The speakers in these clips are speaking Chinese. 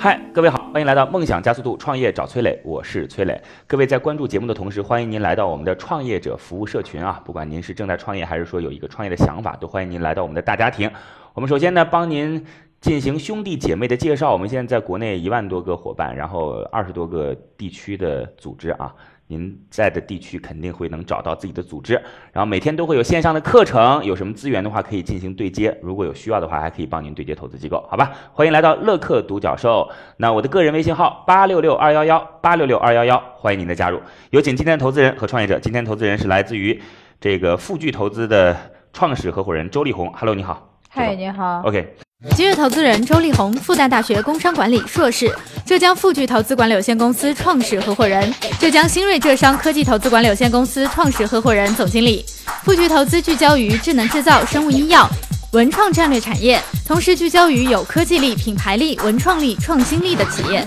嗨，各位好，欢迎来到梦想加速度创业找崔磊，我是崔磊。各位在关注节目的同时，欢迎您来到我们的创业者服务社群啊，不管您是正在创业，还是说有一个创业的想法，都欢迎您来到我们的大家庭。我们首先呢，帮您进行兄弟姐妹的介绍。我们现在在国内一万多个伙伴，然后二十多个地区的组织啊。您在的地区肯定会能找到自己的组织，然后每天都会有线上的课程，有什么资源的话可以进行对接，如果有需要的话还可以帮您对接投资机构，好吧？欢迎来到乐客独角兽，那我的个人微信号八六六二幺幺八六六二幺幺，欢迎您的加入。有请今天的投资人和创业者，今天投资人是来自于这个富聚投资的创始合伙人周立红，Hello，你好。嗨，你好。 OK，今日投资人周丽红，复旦大学工商管理硕士，浙江富聚投资管理有限公司创始合伙人，浙江新锐浙商科技投资管理有限公司创始合伙人、总经理。富聚投资聚焦于智能制造、生物医药、文创战略产业，同时聚焦于有科技力、品牌力、文创力、创新力的企业。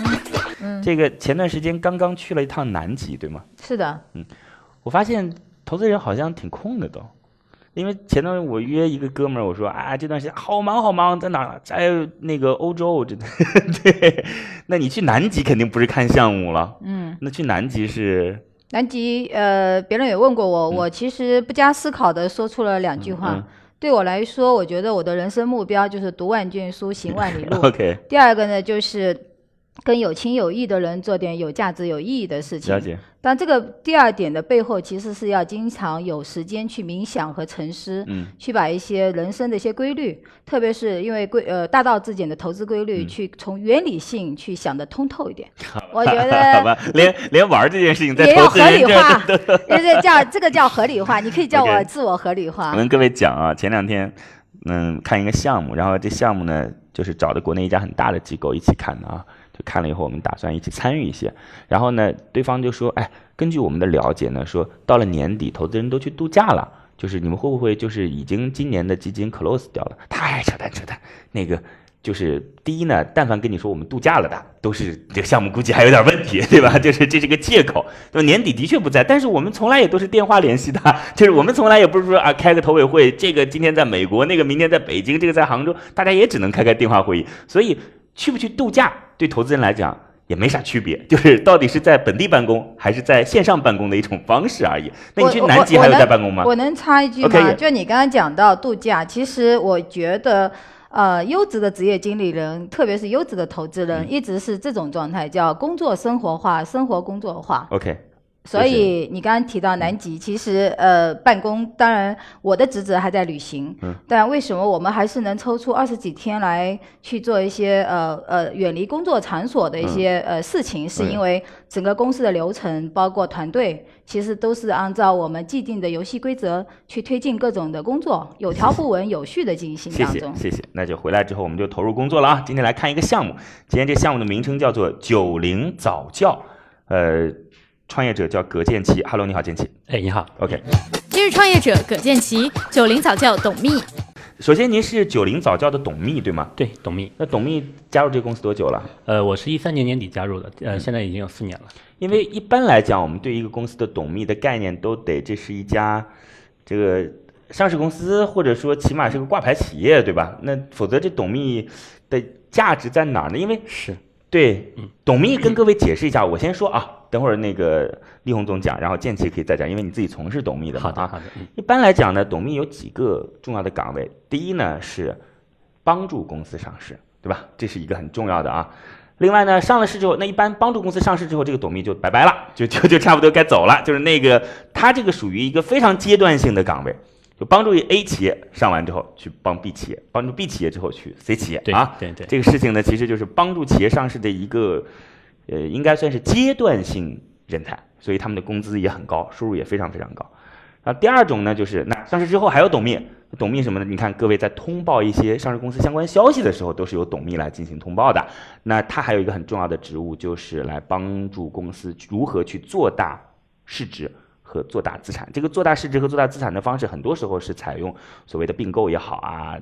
这个前段时间刚刚去了一趟南极，对吗？是的，我发现投资人好像挺空的都，因为前段我约一个哥们儿，我说啊这段时间好忙好忙，在哪儿在那个欧洲，真的 对。那你去南极肯定不是看项目了，嗯，那去南极是南极，呃，别人也问过我，我其实不加思考的说出了两句话。嗯对我来说，我觉得我的人生目标就是读万卷书，行万里 路。 OK，第二个呢，就是跟有情有义的人做点有价值、有意义的事了情。解，但这个第二点的背后，其实是要经常有时间去冥想和沉思。嗯去把一些人生的一些规律，特别是因为规呃大道至简的投资规律，嗯去从原理性去想得通透一点。我觉得 好吧，连连玩儿这件事 情在呃也投要资合人理这儿化，因为 这叫这个叫合理化，你可以叫 OK 我自我合理化我。跟各位讲啊，前两天嗯看一个项目，然后这项目呢就是找的国内一家很大的机构一起看的啊，就看了以后我们打算一起参与一些，然后呢对方就说，哎，根据我们的了解呢，说到了年底投资人都去度假了。就是你们会不会就是已经今年的基金 close 掉了？太扯淡扯淡！那个就是第一呢，但凡跟你说我们度假了的，都是这个项目估计还有点问题，对吧？ 就是这是个借口。那么年底的确不在，但是我们从来也都是电话联系的， 就是我们从来也不是说啊开个投委会，这个今天在美国，那个明天在北京，这个在杭州，大家也只能开开电话会议。所以去不去度假，对投资人来讲。也没啥区别，就是到底是在本地办公还是在线上办公的一种方式而已。那你去我我南极我还有能在办公吗？我能插一句吗 OK 就你刚刚讲到度假，其实我觉得。呃，优质的职业经理人，特别是优质的投资嗯人，一直是这种状态，叫工作生活化，生活工作化。 OK，所是以你刚刚提到南嗯极，其实呃，办公当然我的职责还在旅行，嗯但为什么我们还是能抽出二十几天来去做一些呃呃远离工作场所的一些、嗯呃事情？是因为整个公司的流程，包括团队，其实都是按照我们既定的游戏规则去推进各种的工作，有条不紊、有序的进行谢当谢中。谢谢，那就回来之后我们就投入工作了啊。今天来看一个项目，今天这项目的名称叫做“九零早教”，呃，创业者叫葛建奇。Hello，你好，建奇。哎，你好， OK，今日创业者葛建奇，九零早教董秘，首先您是九零早教的董秘对吗？对，董秘，那董秘加入这个公司多久了？呃，我是一三年年底加入的，呃，现在已经有四年了。因为一般来讲，我们对一个公司的董秘的概念都得这是一家这个上市公司，或者说起码是个挂牌企业，对吧？那否则这董秘的价值在哪儿呢？因为是，对嗯，董秘跟各位解释一下，我先说啊，等会儿那个厉红总讲，然后建奇可以再讲，因为你自己从事董秘的嘛好的，啊。好的，嗯，一般来讲呢，董秘有几个重要的岗位，第一呢是帮助公司上市，对吧？这是一个很重要的啊。另外呢，上了市之后，那一般帮助公司上市之后，这个董秘就拜拜了，就就就差不多该走了。就是那个他这个属于一个非常阶段性的岗位，就帮助 A 企业上完之后去帮 B 企业，帮助 B 企业之后去 C 企业对啊。，对对，这个事情呢，其实就是帮助企业上市的一个，呃，应该算是阶段性人才，所以他们的工资也很高，收入也非常非常高。然后第二种呢，就是那上市之后还有董秘，董秘什么呢？你看各位在通报一些上市公司相关消息的时候，都是由董秘来进行通报的。那他还有一个很重要的职务，就是来帮助公司如何去做大市值。和做大资产。这个做大市值和做大资产的方式，很多时候是采用所谓的并购也好啊，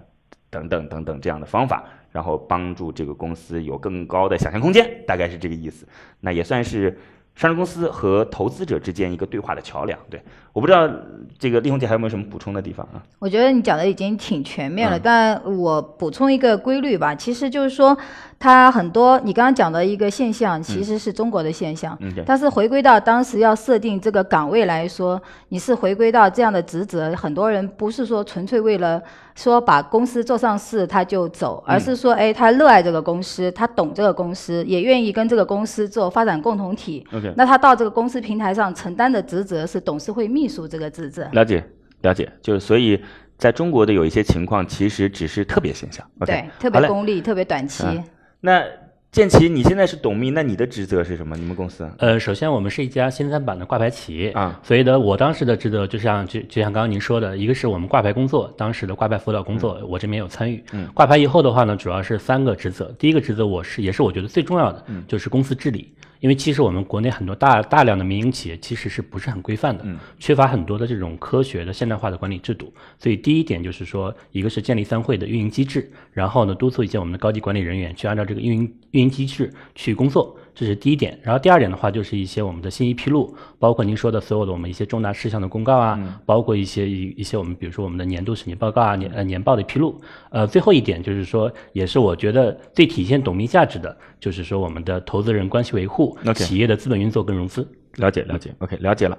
等等等等这样的方法，然后帮助这个公司有更高的想象空间，大概是这个意思。那也算是上市公司和投资者之间一个对话的桥梁。对，我不知道这个丽红姐还有没有什么补充的地方啊？我觉得你讲的已经挺全面了，嗯但我补充一个规律吧，其实就是说，它很多你刚刚讲的一个现象，其实是中国的现象，嗯嗯对但是回归到当时要设定这个岗位来说，你是回归到这样的职责，很多人不是说纯粹为了说把公司做上市他就走，而嗯是说，哎，他热爱这个公司，他懂这个公司，也愿意跟这个公司做发展共同体。 OK 那他到这个公司平台上承担的职责是董事会秘书这个职责。了解，了解，就是所以在中国的有一些情况，其实只是特别现象。OK，对，特好别嘞功利，特别短期。啊那建奇，你现在是董秘，那你的职责是什么？你们公司？呃，首先我们是一家新三板的挂牌企业啊所以呢，我当时的职责就像就就像刚刚您说的，一个是我们挂牌工作，当时的挂牌辅导工作、我这边有参与。嗯挂牌以后的话呢，主要是三个职责，第一个职责我是也是我觉得最重要的，嗯就是公司治理。因为其实我们国内很多大大量的民营企业其实是不是很规范的，嗯缺乏很多的这种科学的现代化的管理制度。所以第一点就是说，一个是建立三会的运营机制，然后呢督促一些我们的高级管理人员去按照这个运营运营机制去工作，这是第一点。然后第二点的话，就是一些我们的信息披露，包括您说的所有的我们一些重大事项的公告啊，包括一些一一些我们比如说我们的年度审计报告啊、年呃年报的披露。呃，最后一点就是说，也是我觉得最体现董秘价值的，就是说我们的投资人关系维护、 OK 企业的资本运作跟融资。了解，了解。OK，了解了。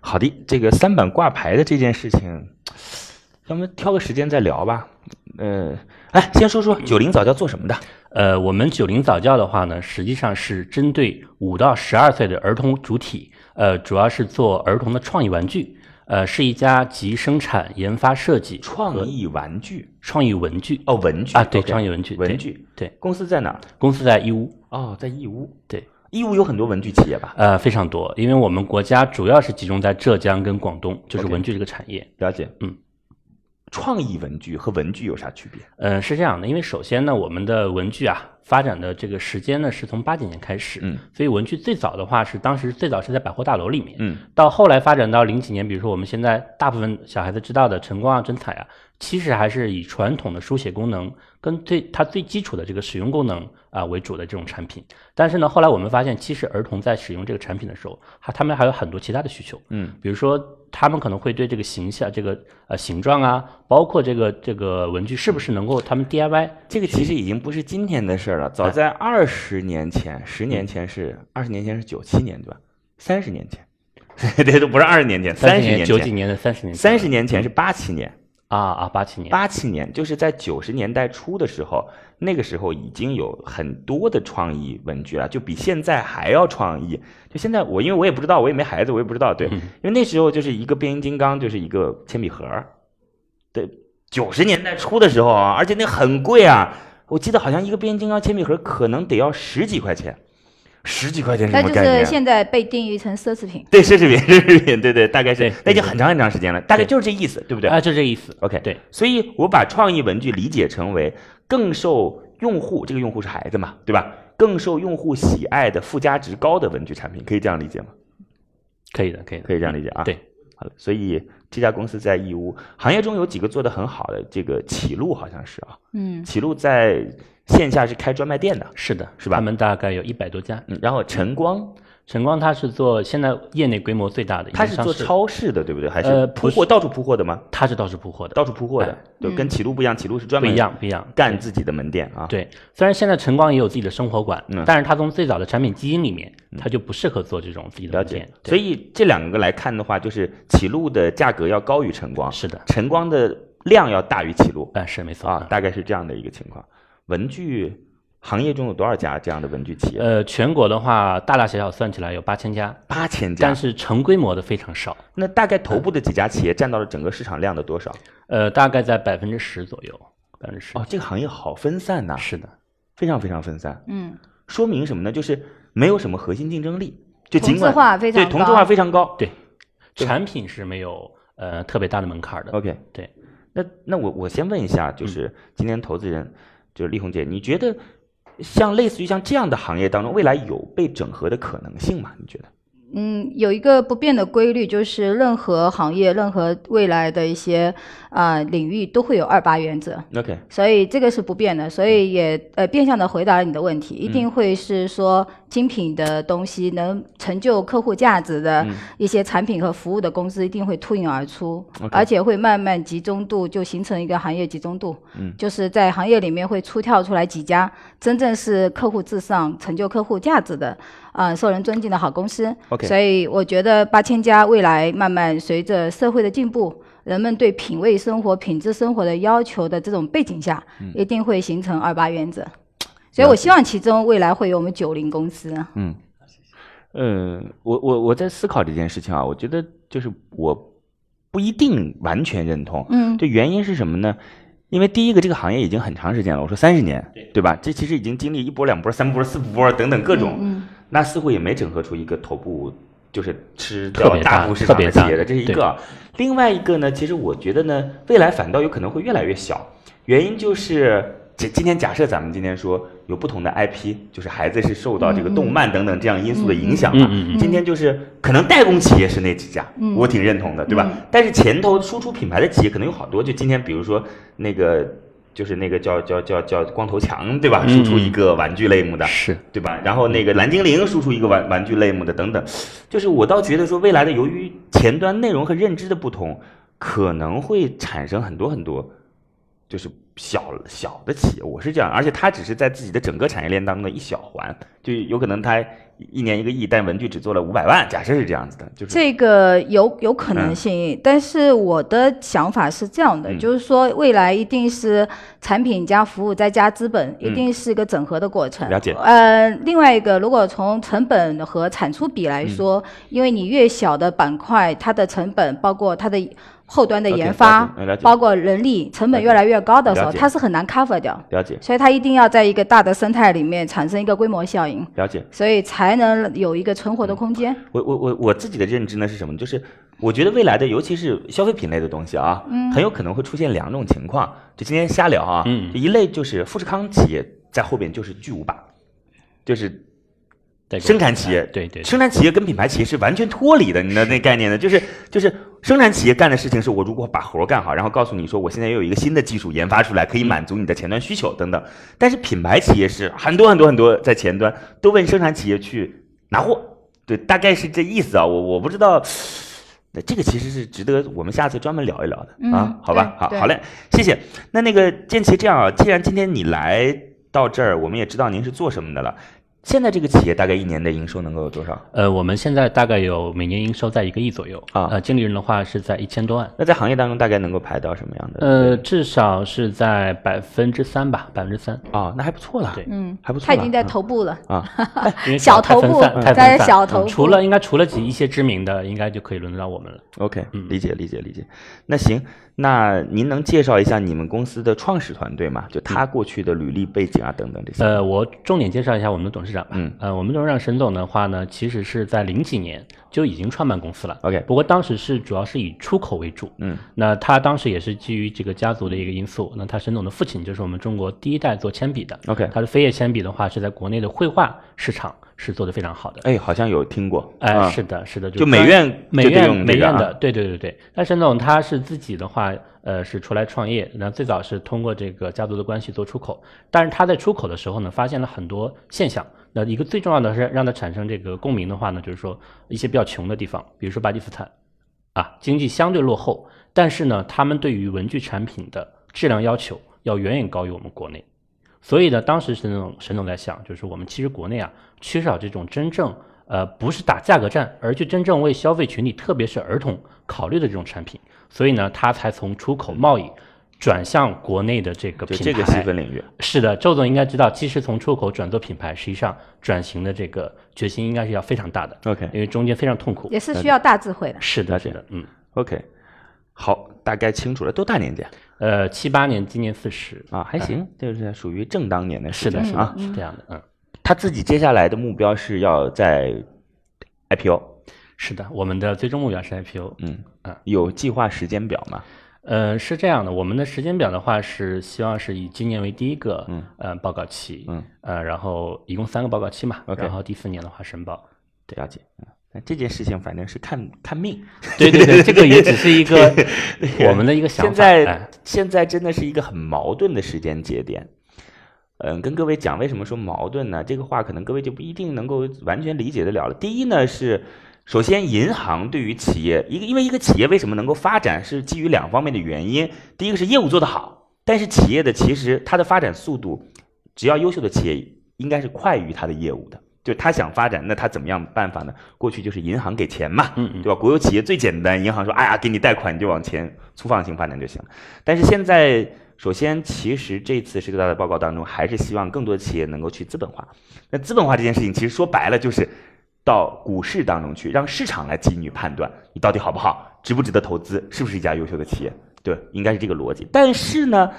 好的，这个三板挂牌的这件事情，咱们挑个时间再聊吧。呃，哎，先说说九零早教做什么的？呃，我们九零早教的话呢，实际上是针对五到十二岁的儿童主体，呃，主要是做儿童的创意玩具，呃，是一家集生产、研发、设计、创意玩具创意文具哦，文具啊，对， OK 创意文具，文对具。对，公司在哪儿？公司在义乌，哦，在义乌。对，义乌有很多文具企业吧？呃，非常多，因为我们国家主要是集中在浙江跟广东，就是 OK 文具这个产业。了解。嗯，创意文具和文具有啥区别？呃，是这样的，因为首先呢，我们的文具啊发展的这个时间呢是从八几年开始，嗯，所以文具最早的话是当时最早是在百货大楼里面，嗯，到后来发展到零几年，比如说我们现在大部分小孩子知道的晨光啊、真彩啊，其实还是以传统的书写功能跟最它最基础的这个使用功能啊、为主的这种产品。但是呢，后来我们发现，其实儿童在使用这个产品的时候，他他们还有很多其他的需求，嗯，比如说他们可能会对这个形象、这个呃形状啊，包括这个这个文具是不是能嗯够他们 DIY 这个其实已经不是今天的事儿了，早在二十年前，十年前是二十年前是九七年对吧？三十年前， 这都不是二十年前，三30十年九几前，年的三十年三十年前是八七年，啊啊八七年八七年就是在九十年代初的时候，那个时候已经有很多的创意文具了，就比现在还要创意。就现在我因为我也不知道，我也没孩子，我也不知道， 对，嗯因为那时候就是一个变形金刚就是一个铅笔盒儿，对，九十年代初的时候啊，而且那很贵啊，我记得好像一个变形金刚铅笔盒可能得要十几块钱，十几块钱是那什么就概念是啊？现在被定义成奢侈品。对奢侈品，奢侈品，对对，大概是对，那已对经对很长很长时间了，大概对就是这意思，对不对？啊，就这个意思。 OK，对，所以我把创意文具理解成为更受用户，这个用户是孩子嘛，对吧？更受用户喜爱的附加值高的文具产品，可以这样理解吗？可以的，可以的，可以这样理解啊。嗯对，好了，所以这家公司在义乌，行业中有几个做得很好的，这个启路好像是啊，嗯，启路在线下是开专卖店的，是的，是吧他们大概有一百多家。嗯，然后晨光晨光它是做现在业内规模最大的，它已是经上做市，超市的，对不对？还呃是铺不货到处铺货的吗？它是到处铺货的，到处铺货的，就跟启路不一样，启路是专不门一样，不一样。干自己的门店啊。对，虽然现在晨光也有自己的生活馆，嗯但是它从最早的产品基因里面，它就不适合做这种自己的了门解店。，所对以这两个来看的话，就是启路的价格要高于晨光，是的，晨光的量要大于启路哎，是没错啊，。大概是这样的一个情况。文具行业中有多少家这样的文具企业？呃，全国的话，大大小小算起来有八千家，八千家但。是成规模的非常少，那大概头部的几家企业占到了整个市场量的多少？呃，大概在百分之十左右，百分之十哦，。这个行业好分散呐、是的，非常非常分散。嗯，说明什么呢？就是没有什么核心竞争力，就同尽管质化非常对同质化高非常高。对，产品是没有呃特别大的门槛的。 OK，对，嗯那那我我先问一下，就是今天投资人，就是丽红姐，你觉得像类似于像这样的行业当中，未来有被整合的可能性吗？你觉得？嗯，有一个不变的规律，就是任何行业、任何未来的一些啊、呃领域都会有二八原则。 OK，所以这个是不变的，所以也呃变相的回答了你的问题，一嗯定会是说精品的东西能成就客户价值的嗯一些产品和服务的公司一定会脱颖而出，而且会慢慢集中度就形成一个行业集中度，嗯就是在行业里面会出跳出来几家真正是客户至上、成就客户价值的。啊、受人尊敬的好公司 OK 所以我觉得八千家未来慢慢随着社会的进步，人们对品味生活、品质生活的要求的这种背景下，嗯一定会形成二八原则。所以我希望其中未来会有我们九零公司。啊嗯，我我我在思考这件事情啊，我觉得就是我不一定完全认同，嗯这原因是什么呢？因为第一个，这个行业已经很长时间了，我说三十年，对吧？这其实已经经历一波、两波、三波、四波等等各种，嗯那似乎也没整合出一个头部，就是吃特掉别大大幅市场特别的大企业的，这是一个啊。另外一个呢，其实我觉得呢，未来反倒有可能会越来越小，原因就是。今今天假设咱们今天说有不同的 IP，就是孩子是受到这个动漫等等这样因素的影响嘛。嗯嗯今天就是可能代工企业是那几家，我挺认同的，对吧？但是前头输出品牌的企业可能有好多，就今天比如说那个就是那个叫叫叫叫光头强，对吧？嗯输出一个玩具类目的，是对吧？然后那个蓝精灵输出一个玩玩具类目的等等，就是我倒觉得说未来的由于前端内容和认知的不同，可能会产生很多很多，就是小小的企业，我是这样，而且它只是在自己的整个产业链当中的一小环，就有可能它一年一个亿，但文具只做了五百万，假设是这样子的，就是这个有有可能性，但是我的想法是这样的，嗯就是说未来一定是产品加服务再加资本，嗯一定是一个整合的过程。了解呃，另外一个，如果从成本和产出比嗯来说，因为你越小的板块，它的成本包括它的后端的 OK，研发了解嗯了解包括人力成本了解越来越高的时候，了解它是很难 cover 掉。了解所以它一定要在一个大的生态里面产生一个规模效应，了解。所以才能有一个存嗯活的空间。我我我我自己的认知呢是什么？就是我觉得未来的，尤其是消费品类的东西啊，很有可能会出现两种情况。就今天瞎聊啊，嗯就一类就是富士康企业在后边就是巨无霸，就是代工生产企业，对对对生产企业跟品牌企业是完全脱离的，你的那概念呢，就是就是生产企业干的事情是我如果把活儿干好，然后告诉你说我现在又有一个新的技术研发出来，可嗯以满足你的前端需求等等。但是品牌企业是很多很多很多在前端都问生产企业去拿货，对，大概是这意思啊。我我不知道，那这个其实是值得我们下次专门聊一聊的、啊嗯，好吧？对好，对好嘞，谢谢。那那个建奇，这样啊，既然今天你来到这儿，我们也知道您是做什么的了。现在这个企业大概一年的营收能够有多少？呃，我们现在大概有每年营收在一个亿左右啊呃，经理人的话是在一千多万，那在行业当中大概能够排到什么样的？呃，至少是在百分之三吧，百分之三。啊，那还不错了，对嗯，还不错它了。已经在头部了。啊，因为小太头分部散太分大家散小头嗯除部了应该除了几一些知名的，应该就可以轮得到我们了。 OK，理解理解理解。那行，那您能介绍一下你们公司的创始团队吗？就他过去的履历背景啊，等等这些。呃，我重点介绍一下我们的董事长吧。嗯呃，我们董事长沈总的话呢，其实是在零几年就已经创办公司了。 OK 不过当时是主要是以出口为主。嗯，那他当时也是基于这个家族的一个因素。那他沈总的父亲就是我们中国第一代做铅笔的。 OK 他的飞叶铅笔的话是在国内的绘画市场是做得非常好的。哎，好像有听过。哎、啊是的，是的，就美专院美就得院、用美这个院啊的，对对对对。但沈总他是自己的话，呃，是出来创业，然后最早是通过这个家族的关系做出口，但是他在出口的时候呢，发现了很多现象。那一个最重要的是让他产生这个共鸣的话呢，就是说一些比较穷的地方，比如说巴基斯坦，啊，经济相对落后，但是呢，他们对于文具产品的质量要求要远远高于我们国内。所以呢，当时沈总沈总在想，就是我们其实国内啊缺少这种真正呃不是打价格战，而去真正为消费群体，特别是儿童考虑的这种产品。所以呢，他才从出口贸易转向国内的这个就品牌。这个细分领域。是的，周总应该知道，其实从出口转做品牌，实际上转型的这个决心应该是要非常大的， OK 因为中间非常痛苦也。是需要大智慧的。是的，了解是的，嗯， OK，好，大概清楚了。多大年纪啊？呃，七八年，今年四十啊，还行，就是属于正当年的时是间的，是啊的，。是这样的，嗯，他自己接下来的目标是要在 IPO，是的，我们的最终目标是 IPO，嗯啊，有计划时间表吗？呃，是这样的，我们的时间表的话是希望是以今年为第一个，嗯呃，报告期，嗯，呃，然后一共三个报告期嘛 OK 然后第四年的话申报，了解。嗯那这件事情反正是看看命。对 对对，这个也只是一个我们的一个想法。现在哎现在真的是一个很矛盾的时间节点。嗯，跟各位讲为什么说矛盾呢？这个话可能各位就不一定能够完全理解得了了。第一呢是，首先银行对于企业一个，因为一个企业为什么能够发展，是基于两方面的原因。第一个是业务做得好，但是企业的其实它的发展速度，只要优秀的企业应该是快于它的业务的。就他想发展，那他怎么样办法呢？过去就是银行给钱嘛，嗯嗯对吧？国有企业最简单，银行说，哎呀，给你贷款，你就往前粗放型发展就行了。但是现在，首先，其实这次世界大的报告当中，还是希望更多企业能够去资本化。那资本化这件事情，其实说白了就是到股市当中去，让市场来给予你判断，你到底好不好，值不值得投资，是不是一家优秀的企业，对，应该是这个逻辑。但是呢，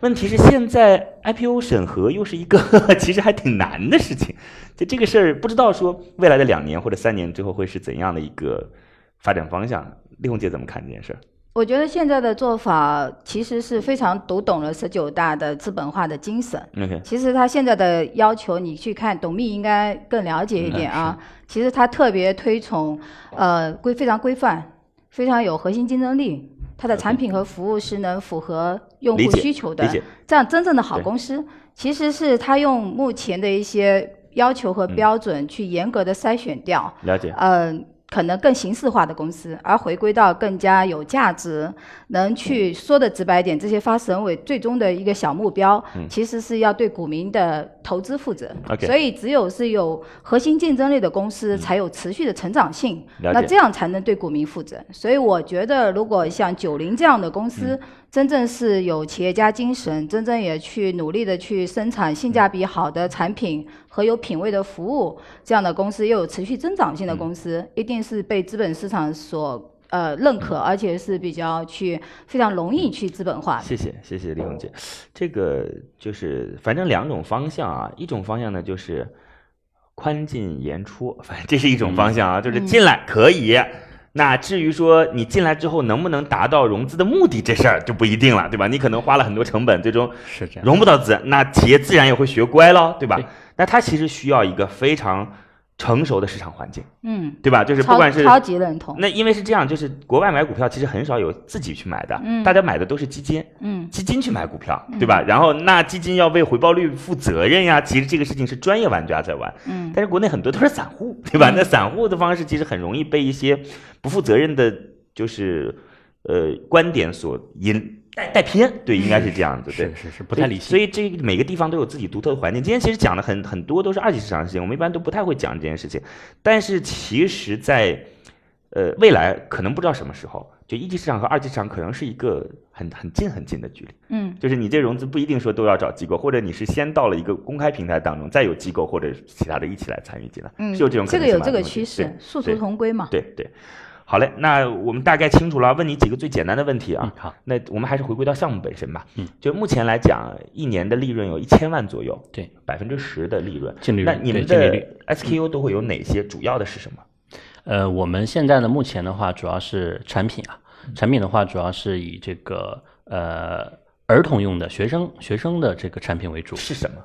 问题是现在 IPO 审核又是一个其实还挺难的事情，就这个事儿不知道说未来的两年或者三年之后会是怎样的一个发展方向。丽红姐怎么看这件事儿？我觉得现在的做法其实是非常读懂了十九大的资本化的精神。 OK，其实他现在的要求，你去看董秘应该更了解一点嗯啊。其实他特别推崇，呃，规非常规范，非常有核心竞争力，它的产品和服务是能符合用理户解需求的理。解，这样真正的好对公司，其实是他用目前的一些要求嗯和标准去严格的筛选掉，了解。嗯，可能更形式化的公司，而回归到更加有价值，能嗯去说的直白一点，这些发审委最终的一个小目标，其实是要对股民的投资负责。嗯 OK 嗯所以只有是有核心竞争力的公司，才有持续的成长性，了那解这样才能对股民负责。所以我觉得，如果像九零这样的公司，嗯真正是有企业家精神，真正也去努力的去生产性价比好的产品和有品位的服务，这样的公司又有持续增长性的嗯公司，一定是被资本市场所呃认嗯可，而且是比较去非常容易去资本化的。谢谢谢谢李红姐，这个就是反正两种方向啊，一种方向呢就是宽进严出，反正这是一种方向啊，嗯就是进来可以。那至于说你进来之后能不能达到融资的目的，这事儿就不一定了，对吧？你可能花了很多成本，最终是这样融不到资，那企业自然也会学乖喽，对吧？对那它其实需要一个非常成熟的市场环境，嗯，对吧？就是不超管是超级认同。那因为是这样，就是国外买股票其实很少有自己去买的，嗯大家买的都是基金，嗯基金去买股票，对吧？然后那基金要为回报率负责任呀。其实这个事情是专业玩家在玩，嗯但是国内很多都是散户，对吧？那散户的方式其实很容易被一些不负责任的，就是呃观点所引带带偏，对，应该是这样子，对是。是是，不太理性。所以所以这个每个地方都有自己独特的环境。今天其实讲的很很多都是二级市场的事情，我们一般都不太会讲这件事情。但是其实在，呃未来可能不知道什么时候，就一级市场和二级市场可能是一个很很近很近的距离。嗯，就是你这融资不一定说都要找机构，或者你是先到了一个公开平台当中，再有机构或者其他的一起来参与进来，嗯，是有这种可这能个性有吗这个李同学趋势对，殊对途同归嘛。对对，好嘞，那我们大概清楚了，问你几个最简单的问题啊。嗯好，那我们还是回归到项目本身吧。嗯，就目前来讲，一年的利润有一千万左右，对，百分之十的利润。净利那润你对们净利的率 SKU 都会有哪些？主要的是什么？呃，我们现在呢，目前的话主要是产品啊，产品的话主要是以这个呃儿童用的学生学生的这个产品为主，是什么？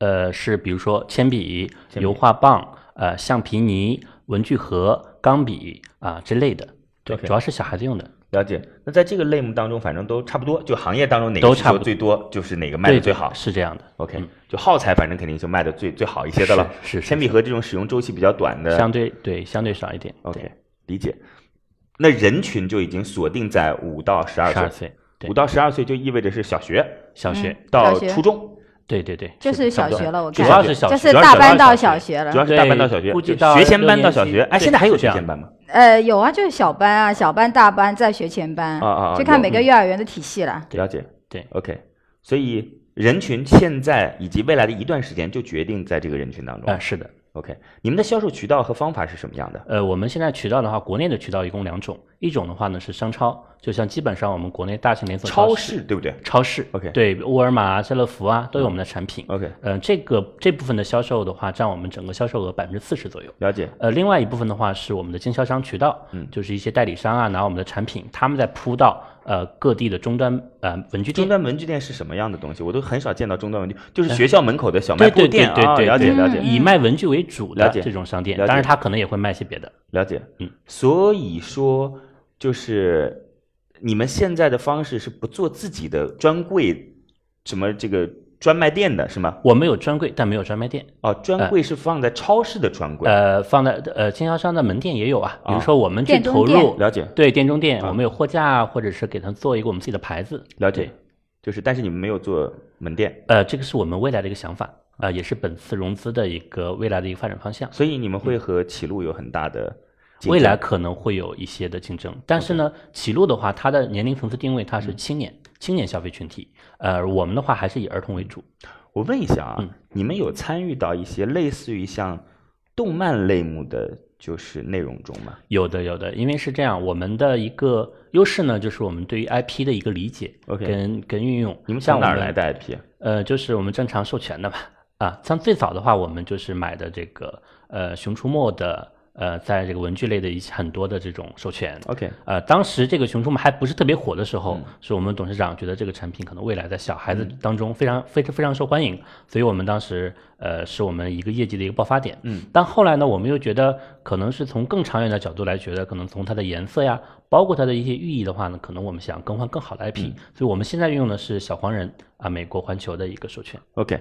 呃，是比如说铅笔、铅笔油画棒、呃橡皮泥、文具盒、钢笔啊、之类的，对 OK 主要是小孩子用的。了解。那在这个类目当中，反正都差不多，就行业当中哪个都需差求不多最多，就是哪个卖的对最好。是这样的， OK，、就耗材反正肯定就卖的最最好一些的了。是是是铅笔盒这种使用周期比较短的，嗯相对对相对少一点。 OK 理解。那人群就已经锁定在五到十二十岁二，岁，对五到十二岁就意味着是小学嗯小学，到小学初中，对对对，就是差不小多学了，我主主看要是小就学，是主要是大小班学到小小学了主。要是大班到小学，对估计就到学前班到小六学。年级哎，现在还有对是学这样前班吗？呃，有啊，就是小班啊，小班、大班在学前班，啊啊啊就看有每个幼儿园的体系了。了解。对，OK。所以人群现在以及未来的一段时间就决定在这个人群当中啊，。是的， OK，你们的销售渠道和方法是什么样的？呃，我们现在渠道的话，国内的渠道一共两种，一种的话呢是商超，就像基本上我们国内大型连锁超市、市对不对超市 OK 嗯对，沃尔玛啊、家乐福啊都有我们的产品。 ？OK，呃，这个这部分的销售的话，占我们整个销售额百分之四十左右。了解。呃，另外一部分的话是我们的经销商渠道，嗯就是一些代理商啊，拿我们的产品，他们在铺到呃各地的终端呃文具终店。端文具店是什么样的东西？我都很少见到终端文具，就是学校门口的小卖哎对部对对店对啊。对，嗯了解对了解。以卖文具为主的了解这种商店，了解当然他可能也会卖些别的。了解，嗯，所以说就是你们现在的方式是不做自己的专柜，什么这个专卖店的是吗？我们有专柜，但没有专卖店。哦，专柜是放在超市的专柜，呃，放在呃经销商的门店也有啊，比如说我们去店中投入店了解对店中店，啊我们有货架，或者是给他做一个我们自己的牌子。了解，就是但是你们没有做门店，呃，这个是我们未来的一个想法，呃，也是本次融资的一个未来的一个发展方向。所以你们会和启路有很大的竞争未来可能会有一些的竞争，但是呢，启路的话，它的年龄层次定位嗯它是青年、青年消费群体，呃，我们的话还是以儿童为主。我问一下啊，嗯你们有参与到一些类似于像动漫类目的就是内容中吗？有的，有的，因为是这样，我们的一个优势呢，就是我们对于 IP 的一个理解 OK 跟跟运用。你们像从我哪儿们来的 IP？呃，就是我们正常授权的吧。啊，像最早的话，我们就是买的这个呃《熊出没》的呃，在这个文具类的一些很多的这种授权。 OK 呃，当时这个《熊出没》还不是特别火的时候，是我们董事长觉得这个产品可能未来在小孩子当中非常、非常非常受欢迎，所以我们当时呃是我们一个业绩的一个爆发点。嗯，但后来呢，我们又觉得可能是从更长远的角度来觉得，可能从它的颜色呀，包括它的一些寓意的话呢，可能我们想更换更好的 IP，、所以我们现在运用的是小黄人啊，美国环球的一个授权。 OK，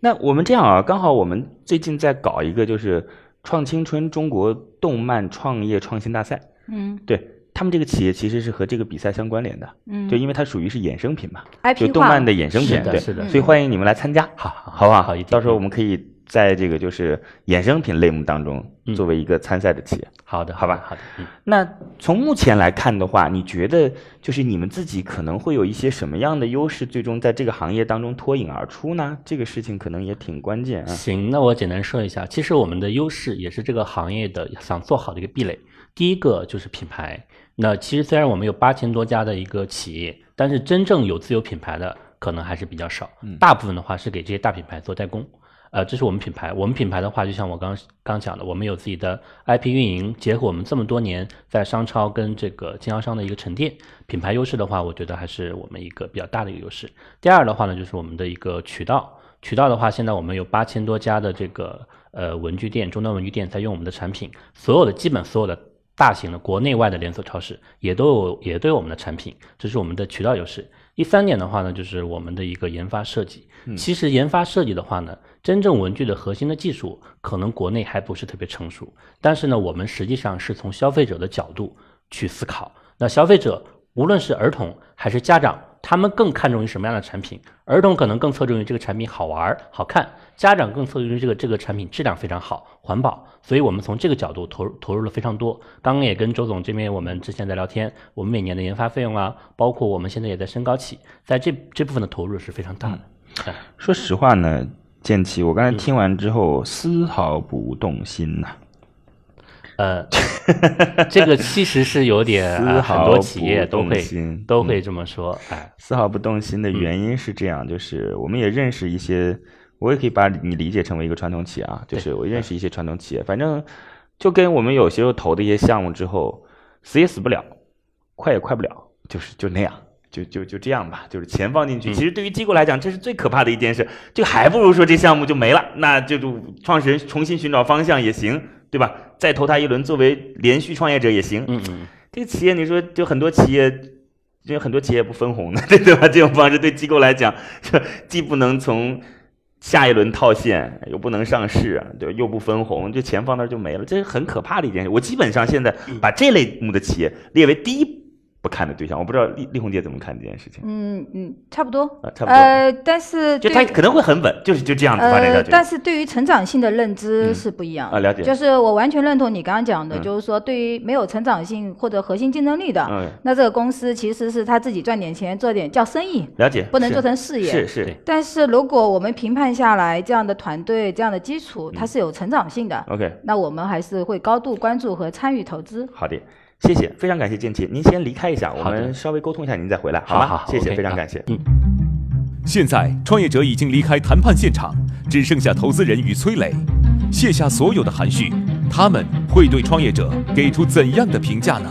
那嗯我们这样啊，刚好我们最近在搞一个就是创青春中国动漫创业创新大赛，嗯对他们这个企业其实是和这个比赛相关联的，嗯就因为它属于是衍生品嘛，就，IP 动化嗯漫的衍生品，是的对，是的所以欢迎你们来参加，好好好不好？好一定嗯到时候我们可以在这个就是衍生品类目当中嗯作为一个参赛的企业。好的，好吧好的，嗯。那从目前来看的话，你觉得就是你们自己可能会有一些什么样的优势，最终在这个行业当中脱颖而出呢？这个事情可能也挺关键啊。行，那我简单说一下，其实我们的优势也是这个行业的想做好的一个壁垒。第一个就是品牌，那其实虽然我们有八千多家的一个企业，但是真正有自有品牌的可能还是比较少，大部分的话是给这些大品牌做代工。呃，这是我们品牌。我们品牌的话，就像我刚刚讲的，我们有自己的 IP 运营，结合我们这么多年在商超跟这个经销商的一个沉淀，品牌优势的话，我觉得还是我们一个比较大的一个优势。第二的话呢，就是我们的一个渠道。渠道的话，现在我们有八千多家的这个呃文具店、终端文具店在用我们的产品，所有的基本所有的大型的国内外的连锁超市也都有也都有我们的产品，这是我们的渠道优势。第三点的话呢，就是我们的一个研发设计。其实研发设计的话呢，真正文具的核心的技术可能国内还不是特别成熟，但是呢，我们实际上是从消费者的角度去思考。那消费者无论是儿童还是家长，他们更看重于什么样的产品？儿童可能更侧重于这个产品好玩儿、好看，家长更侧重于这个这个产品质量非常好、环保。所以我们从这个角度投入投入了非常多。刚刚也跟周总这边我们之前在聊天，我们每年的研发费用啊，包括我们现在也在升高企，在这这部分的投入是非常大的。说实话呢，建奇，我刚才听完之后丝毫不动心呐、 呃，这个其实是有点、丝呃、毫很多企业都不动会心都会这么说， 哎，丝毫不动心的原因是这样，就是我们也认识一些，我也可以把你理解成为一个传统企业啊，就是我认识一些传统企业，反正就跟我们有些时候投的一些项目之后，死也死不了，快也快不了，就是就那样。就就就这样吧，就是钱放进去。其实对于机构来讲，这是最可怕的一件事。就还不如说这项目就没了，那就就创始人重新寻找方向也行，对吧？再投他一轮，作为连续创业者也行。嗯嗯，这个企业，你说就很多企业，因为很多企业不分红的， 对对吧？这种方式对机构来讲，这既不能从下一轮套现，又不能上市，啊对，又不分红，这钱放那儿就没了，这是很可怕的一件事。我基本上现在嗯把这类目的企业列为第一不看的对象，我不知道丽丽红姐怎么看这件事情。嗯嗯，差不多啊差不多呃，但是就对它可能会很稳，就是就这样子发展下呃，去。但是对于成长性的认知是不一样的啊了解就是我完全认同你刚刚讲的，嗯就是说对于没有成长性或者核心竞争力的，嗯那这个公司其实是他自己赚点钱，做点叫生意，了解，不能是做成事业。是是但是如果我们评判下来，这样的团队、这样的基础，嗯它是有成长性的， ，OK，那我们还是会高度关注和参与投资。好的，谢谢，非常感谢建奇，您先离开一下，我好的们稍微沟通一下，您再回来，好吗？好好谢谢， ，OK，非常好嗯感谢。现在，创业者已经离开谈判现场，只剩下投资人与崔磊，卸下所有的含蓄，他们会对创业者给出怎样的评价呢？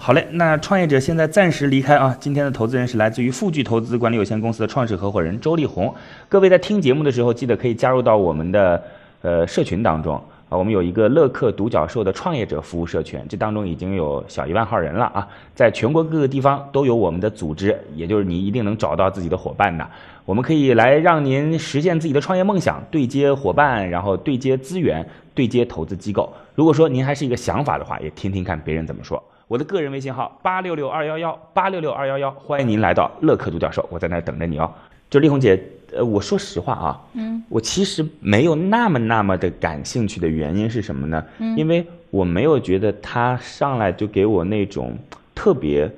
好嘞，那创业者现在暂时离开啊。今天的投资人是来自于富聚投资管理有限公司的创始合伙人周立红。各位在听节目的时候，记得可以加入到我们的呃社群当中。啊，我们有一个乐客独角兽的创业者服务社群，这当中已经有小一万号人了啊，在全国各个地方都有我们的组织，也就是你一定能找到自己的伙伴的。我们可以来让您实现自己的创业梦想，对接伙伴，然后对接资源，对接投资机构。如果说您还是一个想法的话，也听听看别人怎么说。我的个人微信号八六六二幺幺八六六二幺幺，欢迎您来到乐客独角兽，我在那儿等着你哦。就丽红姐，呃，我说实话啊，嗯，我其实没有那么那么的感兴趣的原因是什么呢？嗯，因为我没有觉得他上来就给我那种特别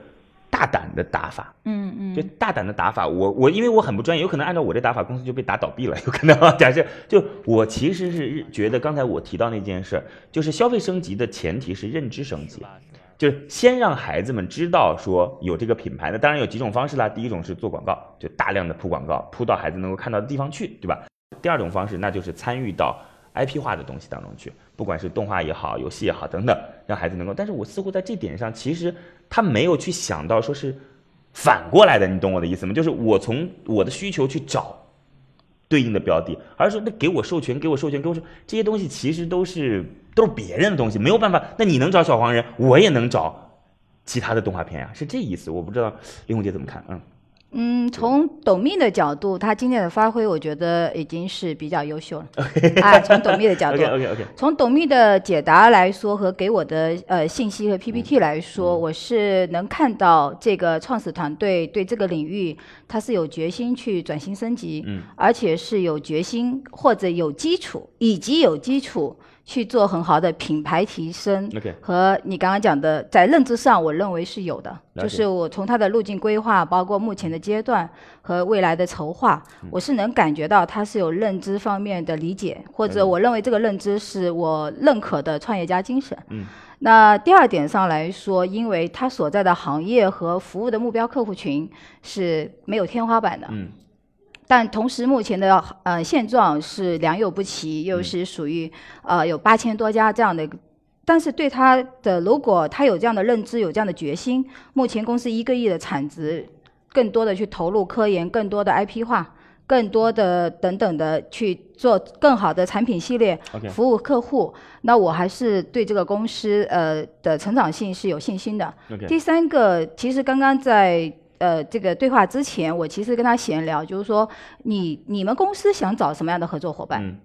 大胆的打法，嗯嗯，就大胆的打法，我我因为我很不专业，有可能按照我这打法，公司就被打倒闭了， 有可能啊。假设就我其实是觉得刚才我提到那件事儿，就是消费升级的前提是认知升级，就是先让孩子们知道说有这个品牌。那当然有几种方式啦，第一种是做广告，就大量的铺广告，铺到孩子能够看到的地方去，对吧？第二种方式那就是参与到 IP 化的东西当中去，不管是动画也好，游戏也好等等，让孩子能够。但是我似乎在这点上，其实他没有去想到说是。反过来的，你懂我的意思吗？就是我从我的需求去找对应的标的，而是说那给我授权，给我授权，给我授这些东西其实都是都是别人的东西，没有办法。那你能找小黄人，我也能找其他的动画片呀、是这意思。我不知道林红姐怎么看，嗯嗯，从董秘的角度，他今天的发挥，我觉得已经是比较优秀了。哎，从董秘的角 度，OK OK OK，从董秘的解答来说和给我的呃信息和 PPT 来说，我是能看到这个创始团队对这个领域他是有决心去转型升级，嗯而且是有决心或者有基础以及有基础去做很好的品牌提升 OK 和你刚刚讲的在认知上，我认为是有的，了解就是我从他的路径规划，包括目前的阶段和未来的筹划，嗯我是能感觉到他是有认知方面的理解，或者我认为这个认知是我认可的创业家精神。嗯，那第二点上来说，因为他所在的行业和服务的目标客户群是没有天花板的，嗯但同时，目前的呃现状是良莠不嗯齐，又是属于呃有八千多家这样的一个。但是对他的，如果他有这样的认知，有这样的决心，目前公司一个亿的产值，更多的去投入科研，更多的 IP 化，更多的等等的去做更好的产品系列 OK 服务客户。那我还是对这个公司呃的成长性是有信心的。 OK，第三个，其实刚刚在呃这个对话之前，我其实跟他闲聊，就是说你你们公司想找什么样的合作伙伴？嗯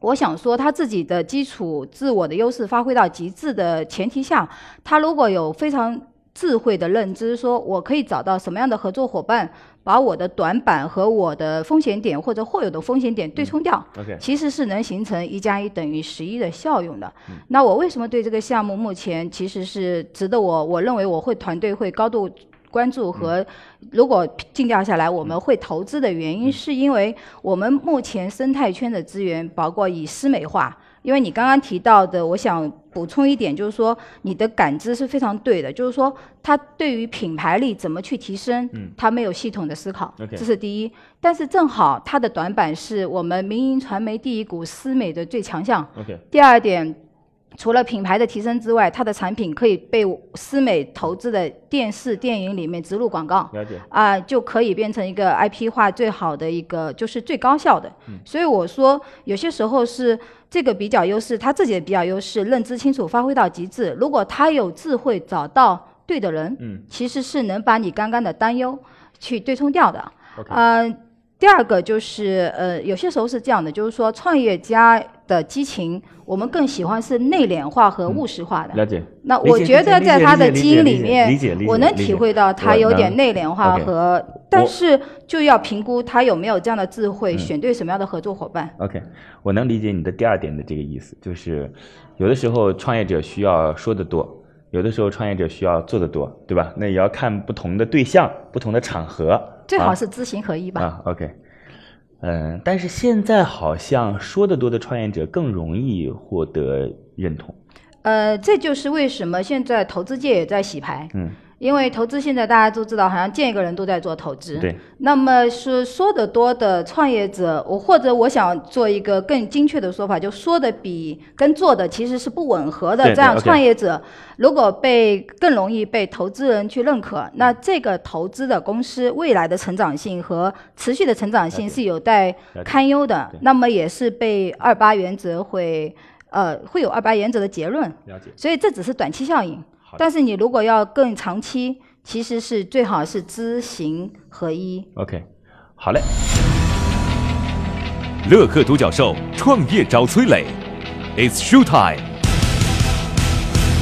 我想说，他自己的基础自我的优势发挥到极致的前提下，他如果有非常智慧的认知，说我可以找到什么样的合作伙伴，把我的短板和我的风险点或者或有的风险点对冲掉， OK，其实是能形成一加一等于十一的效用的。那我为什么对这个项目目前其实是值得我，我认为我会团队会高度关注和，如果尽调下来我们会投资的原因，是因为我们目前生态圈的资源，包括以私美化。因为你刚刚提到的，我想补充一点，就是说你的感知是非常对的，就是说他对于品牌力怎么去提升，他没有系统的思考， OK 这是第一。但是正好他的短板是我们民营传媒第一股私美的最强项， OK 第二点，除了品牌的提升之外，它的产品可以被思美投资的电视、电影里面植入广告。了解。啊、就可以变成一个 IP 化最好的一个，就是最高效的。嗯所以我说，有些时候是这个比较优势，他自己的比较优势，认知清楚，发挥到极致。如果他有智慧找到对的人，嗯其实是能把你刚刚的担忧去对冲掉的。 OK 呃，第二个就是呃，有些时候是这样的，就是说创业家的激情，我们更喜欢是内敛化和嗯务实化的。了解，那理解我觉得在他的基因里面理解理解理解理解理解理解，我能体会到他有点内敛化我嗯和，但是就要评估他有没有这样的智慧，选对什么样的合作伙伴。 OK，我能理解你的第二点的这个意思，就是有的时候创业者需要说的多，有的时候创业者需要做的多，对吧？那也要看不同的对象、不同的场合，最好啊是知行合一吧。啊，OK，嗯，但是现在好像说的多的创业者更容易获得认同。呃，这就是为什么现在投资界也在洗牌。嗯，因为投资现在大家都知道，好像见一个人都在做投资。对。那么是说的多的创业者，我或者我想做一个更精确的说法，就说的比跟做的其实是不吻合的。对对这样 OK 创业者如果被更容易被投资人去认可，那这个投资的公司未来的成长性和持续的成长性是有待了解堪忧的。那么也是被二八原则会。呃会有二八原则的结论，了解。所以这只是短期效应好的。但是你如果要更长期，其实是最好是知行合一。 OK，好嘞，乐客独角兽创业找崔磊，It's show time。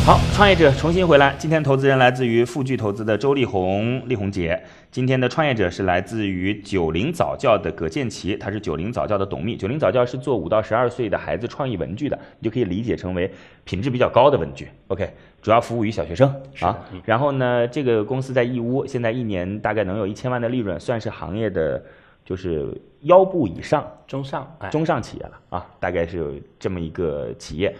好，创业者重新回来。今天投资人来自于富聚投资的周丽红、丽红姐。今天的创业者是来自于九零早教的葛建奇，他是九零早教的董秘。九零早教是做五到十二岁的孩子创意文具的，你就可以理解成为品质比较高的文具。OK，主要服务于小学生啊。然后呢，这个公司在义乌，现在一年大概能有一千万的利润，算是行业的就是腰部以上中上，哎，中上企业了啊，大概是有这么一个企业。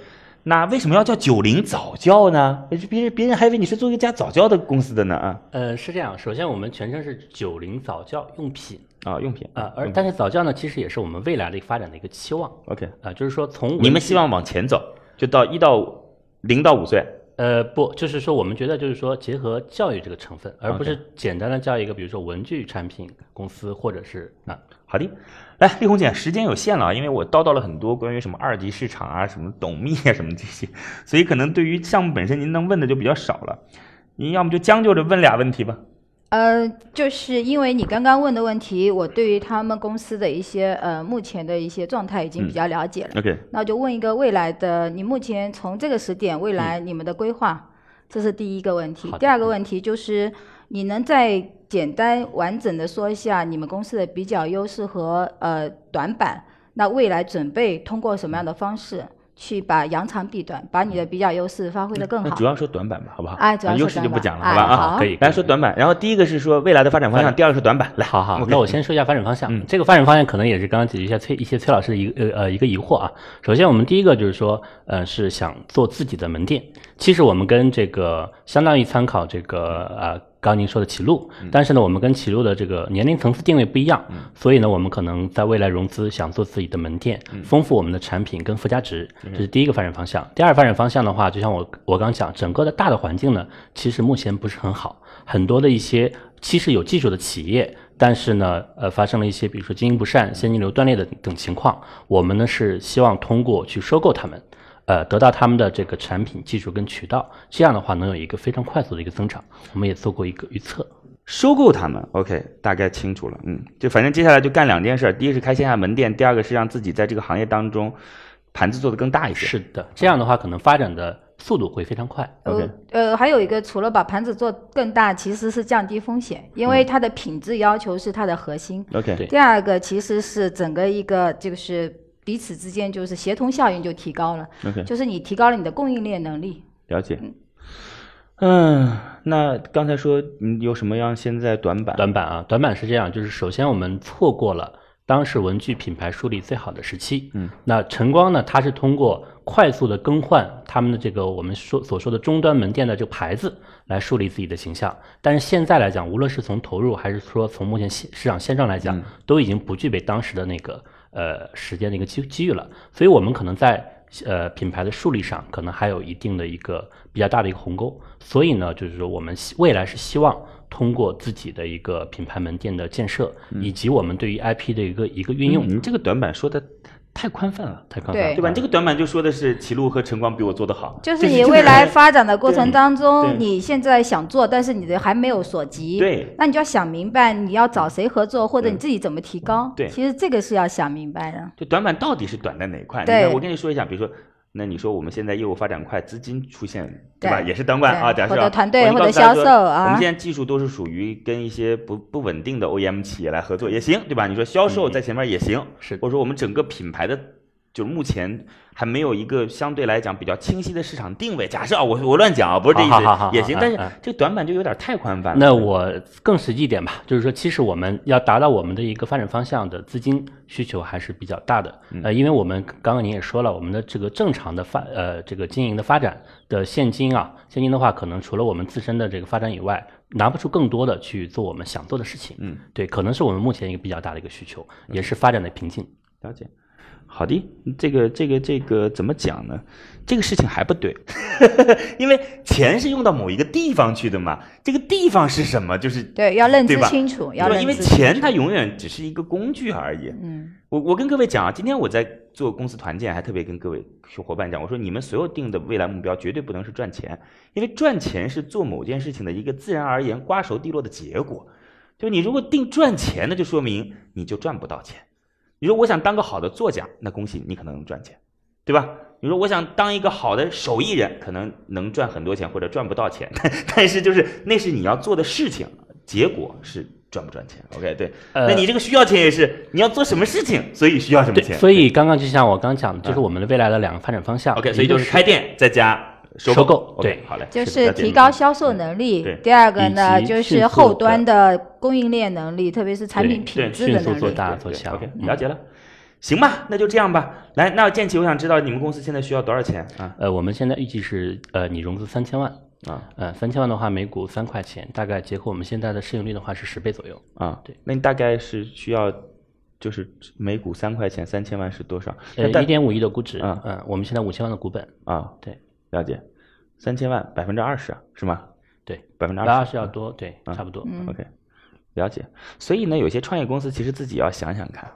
那为什么要叫九零早教呢？别人别人还以为你是做一家早教的公司的呢啊呃，是这样，首先我们全称是九零早教用品，啊，用品呃，用而品但是早教呢，其实也是我们未来的一个发展的一个期望， OK，啊，就是说从你们文希望往前走，就到一到零到五岁呃，不，就是说我们觉得就是说结合教育这个成分，而不是简单的叫一个比如说文具产品公司或者是啊，好的，来，丽红姐，时间有限了啊，因为我叨叨了很多关于什么二级市场啊、什么董秘啊、什么这些，所以可能对于项目本身您能问的就比较少了。您要么就将就着问俩问题吧。呃，就是因为你刚刚问的问题，我对于他们公司的一些呃目前的一些状态已经嗯比较了解了。 OK，那我就问一个未来的，你目前从这个时点未来你们的规划，这是第一个问题嗯好。的嗯第二个问题就是，你能再简单完整的说一下你们公司的比较优势和呃短板？那未来准备通过什么样的方式去把扬长避短，把你的比较优势发挥得更嗯那好主？要说短板吧，好不好？哎主要啊说优势就短不板讲了，哎好吧？好啊，可以来说短板，然后第一个是说未来的发展方向，第二个是短板，来，好好， OK 嗯那我先说一下发展方向。这个发展方向可能也是刚刚解决一下崔一些崔老师的一个呃呃一个疑惑啊。首先，我们第一个就是说，呃，是想做自己的门店。其实我们跟这个相当于参考这个呃刚刚您说的启路，嗯但是呢，我们跟启路的这个年龄层次定位不一样，所以呢，我们可能在未来融资想做自己的门店，嗯丰富我们的产品跟附加值，这是第一个发展方向。第二发展方向的话，就像我我刚讲，整个的大的环境呢，其实目前不是很好，很多的一些其实有技术的企业。但是呢，呃，发生了一些比如说经营不善、现金流断裂的等情况，我们呢是希望通过去收购他们，呃，得到他们的这个产品、技术跟渠道，这样的话能有一个非常快速的一个增长。我们也做过一个预测，收购他们，OK，大概清楚了，嗯，就反正接下来就干两件事儿，第一是开线下门店，第二个是让自己在这个行业当中盘子做得更大一些。是的，这样的话可能发展的速度会非常快。 OK 呃呃，还有一个，除了把盘子做更大，其实是降低风险，因嗯为它的品质要求是它的核心。 OK，对第二个其实是整个一个就是彼此之间就是协同效应就提高了 OK 就是你提高了你的供应链能力。了解。嗯，那刚才说你有什么样现在短板？短板啊，短板是这样，就是首先我们错过了当时文具品牌树立最好的时期。嗯，那晨光呢，它是通过快速的更换他们的这个我们说所说的终端门店的这个牌子来树立自己的形象，但是现在来讲，无论是从投入还是说从目前市市场现状来讲，都已经不具备当时的那个呃时间的一个机机遇了，所以我们可能在。呃，品牌的树立上可能还有一定的一个比较大的一个鸿沟，所以呢，就是说我们希未来是希望通过自己的一个品牌门店的建设，以及我们对于 IP 的一个一个运用，嗯你这个短板说的太宽泛了，太看对对吧？你这个短板就说的是齐路和晨光比我做得好，就是这你个未来发展的过程当对对中，你现在想做，但是你的还没有所及，对那你就要想明白你要找谁合作，或者对你自己怎么提高。对其实这个是要想明白的。就短板到底是短在哪一块？你对看，我跟你说一下，比如说，那你说我们现在业务发展快，资金出现对吧，对也是短板啊。对假设或啊者团队我已经或者告诉大家销说售啊我们现在技术都是属于跟一些不不稳定的 OEM 企业来合作也行，对吧？你说销嗯售在前面也行，嗯是或者说我们整个品牌的。就是目前还没有一个相对来讲比较清晰的市场定位。假设啊，我我乱讲啊，不是这意思，好好好好也行。好但是嗯这个短板就有点太宽泛了。那我更实际一点吧，就是说，其实我们要达到我们的一个发展方向的资金需求还是比较大的。嗯呃，因为我们刚刚您也说了，我们的这个正常的发呃这个经营的发展的现金啊，现金的话，可能除了我们自身的这个发展以外，拿不出更多的去做我们想做的事情。嗯，对，可能是我们目前一个比较大的一个需求，也是发展的瓶颈。了解。好的，这个这个这个怎么讲呢？这个事情还不对， 因为钱是用到某一个地方去的嘛，这个地方是什么？就是对，要认对知吧清楚，对要吧？认知因为清钱楚它永远只是一个工具而已。嗯我我跟各位讲啊，今天我在做公司团建，还特别跟各位伙伴讲，我说你们所有定的未来目标绝对不能是赚钱，因为赚钱是做某件事情的一个自然而然瓜熟蒂落的结果。就你如果定赚钱，那就说明你就赚不到钱。你说我想当个好的作家，那恭喜你可能能赚钱，对吧？你说我想当一个好的手艺人，可能能赚很多钱或者赚不到钱， 但但是就是那是你要做的事情，结果是赚不赚钱。OK，对，呃那你这个需要钱也是你要做什么事情，所以需要什么对，钱。所以刚刚就像我刚讲的，就是我们的未来的两个发展方向。嗯 OK，一所以就个是开店再加收收购 OK，对好嘞，就是了解提高销售能力对。第二个呢，以及就是迅速后地端的供应链能力，特别是产品对品质的迅速能做力。大对对强 OK，嗯了解了。行吧，那就这样吧。来，那建奇，我想知道你们公司现在需要多少钱啊？呃，我们现在预计是呃，你融资三千万，啊呃，三千万的话，每股三块钱，大概结合我们现在的市盈率的话是十倍左右。啊，对，那你大概是需要，就是每股三块钱，三千万是多少？呃，那大一点五亿的估值，啊嗯、我们现在五千万的股本，啊，对，了解，三千万百分之二十啊是吗？对，百分之二二十要多，对，啊差不多。嗯 OK，了解。所以呢，有些创业公司其实自己要想想看，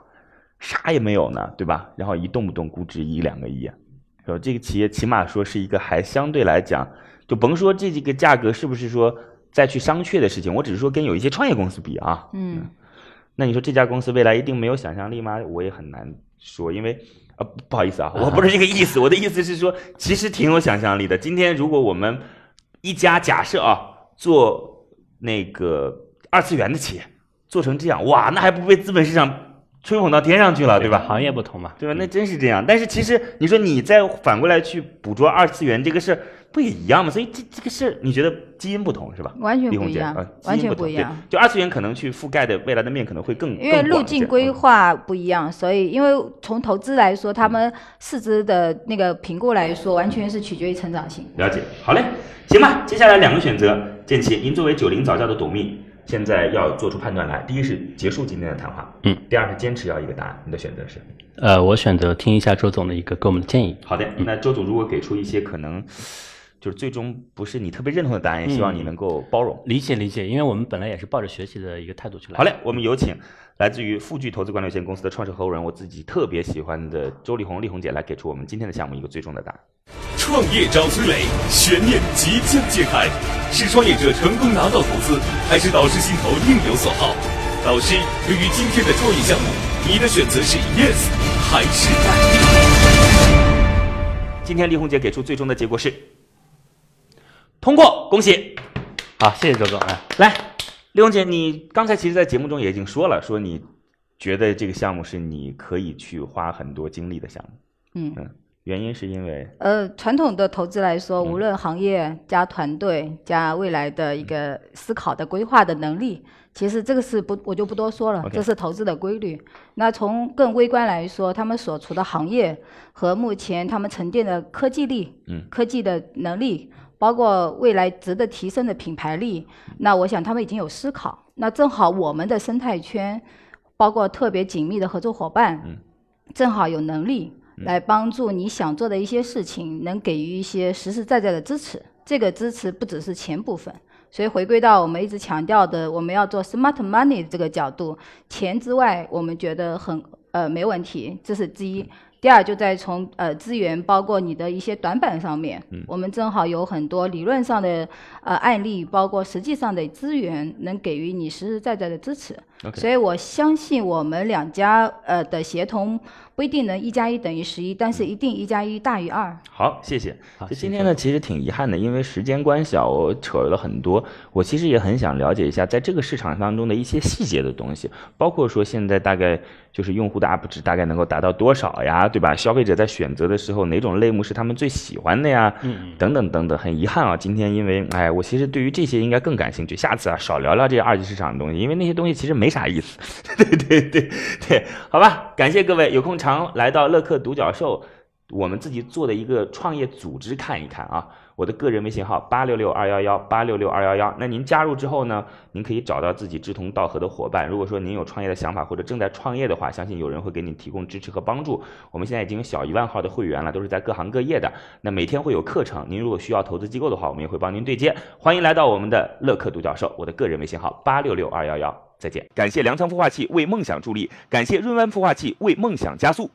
啥也没有呢，对吧？然后一动不动估值一两个亿，啊是吧？这个企业起码说是一个还相对来讲，就甭说这几个价格是不是说再去商榷的事情，我只是说跟有一些创业公司比啊，嗯，那你说这家公司未来一定没有想象力吗？我也很难说，因为啊、不不好意思啊，我不是这个意思，我的意思是说，其实挺有想象力的。今天如果我们一家假设啊，做那个二次元的企业做成这样，哇，那还不被资本市场吹捧到天上去了，对吧？行业不同嘛，嗯嗯对吧？那真是这样。但是其实你说你再反过来去捕捉二次元这个事儿，不也一样吗？所以这这个事儿，你觉得基因不同是吧？完全李不红一姐样啊，基完因全同不一对样就二次元可能去覆盖的未来的面可能会更因为更路广一径些规嗯划不一样，所以因为从投资来说，他们市值的那个评估来说，完全是取决于成长性。了解，好嘞，行吧。接下来两个选择，建奇，您作为九零早教的董秘，现在要做出判断来。第一是结束今天的谈话，嗯。第二是坚持要一个答案，你的选择是嗯呃，我选择听一下周总的一个给我们的建议。好嗯的。那周总如果给出一些可能就是最终不是你特别认同的答嗯案，也希望你能够包容。理解理解，因为我们本来也是抱着学习的一个态度去来。好嘞，，我们有请来自于富聚投资管理有限公司的创始合伙人，我自己特别喜欢的周丽红丽红姐来给出我们今天的项目一个最终的答案。创业找崔磊，悬念即将揭开，是创业者成功拿到投资，还是导师心头另有所好？导师，对于今天的创业项目，你的选择是 yes 还是 no？今天丽红姐给出最终的结果是通过，恭喜！好，谢谢周总啊。来，李红姐，你刚才其实，在节目中也已经说了，说你觉得这个项目是你可以去花很多精力的项目，嗯，原因是因为呃，传统的投资来说，无论行业加团队加未来的一个思考的规划的能力，其实这个是不我就不多说了 OK 这是投资的规律。那从更微观来说，他们所处的行业和目前他们沉淀的科技力、嗯科技的能力，包括未来值得提升的品牌力，那我想他们已经有思考。那正好我们的生态圈，包括特别紧密的合作伙伴，正好有能力来帮助你想做的一些事情，能给予一些实实在在的支持。这个支持不只是钱部分，所以回归到我们一直强调的，我们要做 smart money 这个角度，钱之外，我们觉得很呃没问题，这是第一。第二，就在从呃资源，包括你的一些短板上面，我们正好有很多理论上的呃案例，包括实际上的资源，能给予你实实在在的支持。 OK 所以我相信我们两家呃的协同不一定能一加一等于十一，但是一定一加一大于二。好，谢谢。好就谢今谢天呢，其实挺遗憾的，因为时间关系啊，我扯了很多。我其实也很想了解一下，在这个市场当中的一些细节的东西，包括说现在大概就是用户的 UP 值大概能够达到多少呀，对吧？消费者在选择的时候，哪种类目是他们最喜欢的呀？嗯，等等等等。很遗憾啊，今天因为哎，我其实对于这些应该更感兴趣，下次啊少聊聊这二级市场的东西，因为那些东西其实没啥意思。 对对对对，好吧，感谢各位有空常来到乐客独角兽。我们自己做的一个创业组织看一看啊。我的个人微信号八六六二幺幺八六六二幺幺。那您加入之后呢，您可以找到自己志同道合的伙伴。如果说您有创业的想法或者正在创业的话，相信有人会给你提供支持和帮助。我们现在已经有小一万号的会员了，都是在各行各业的。那每天会有课程，您如果需要投资机构的话，我们也会帮您对接。欢迎来到我们的乐客独角兽，我的个人微信号八六六二幺幺。再见！感谢粮仓孵化器为梦想助力，感谢润湾孵化器为梦想加速。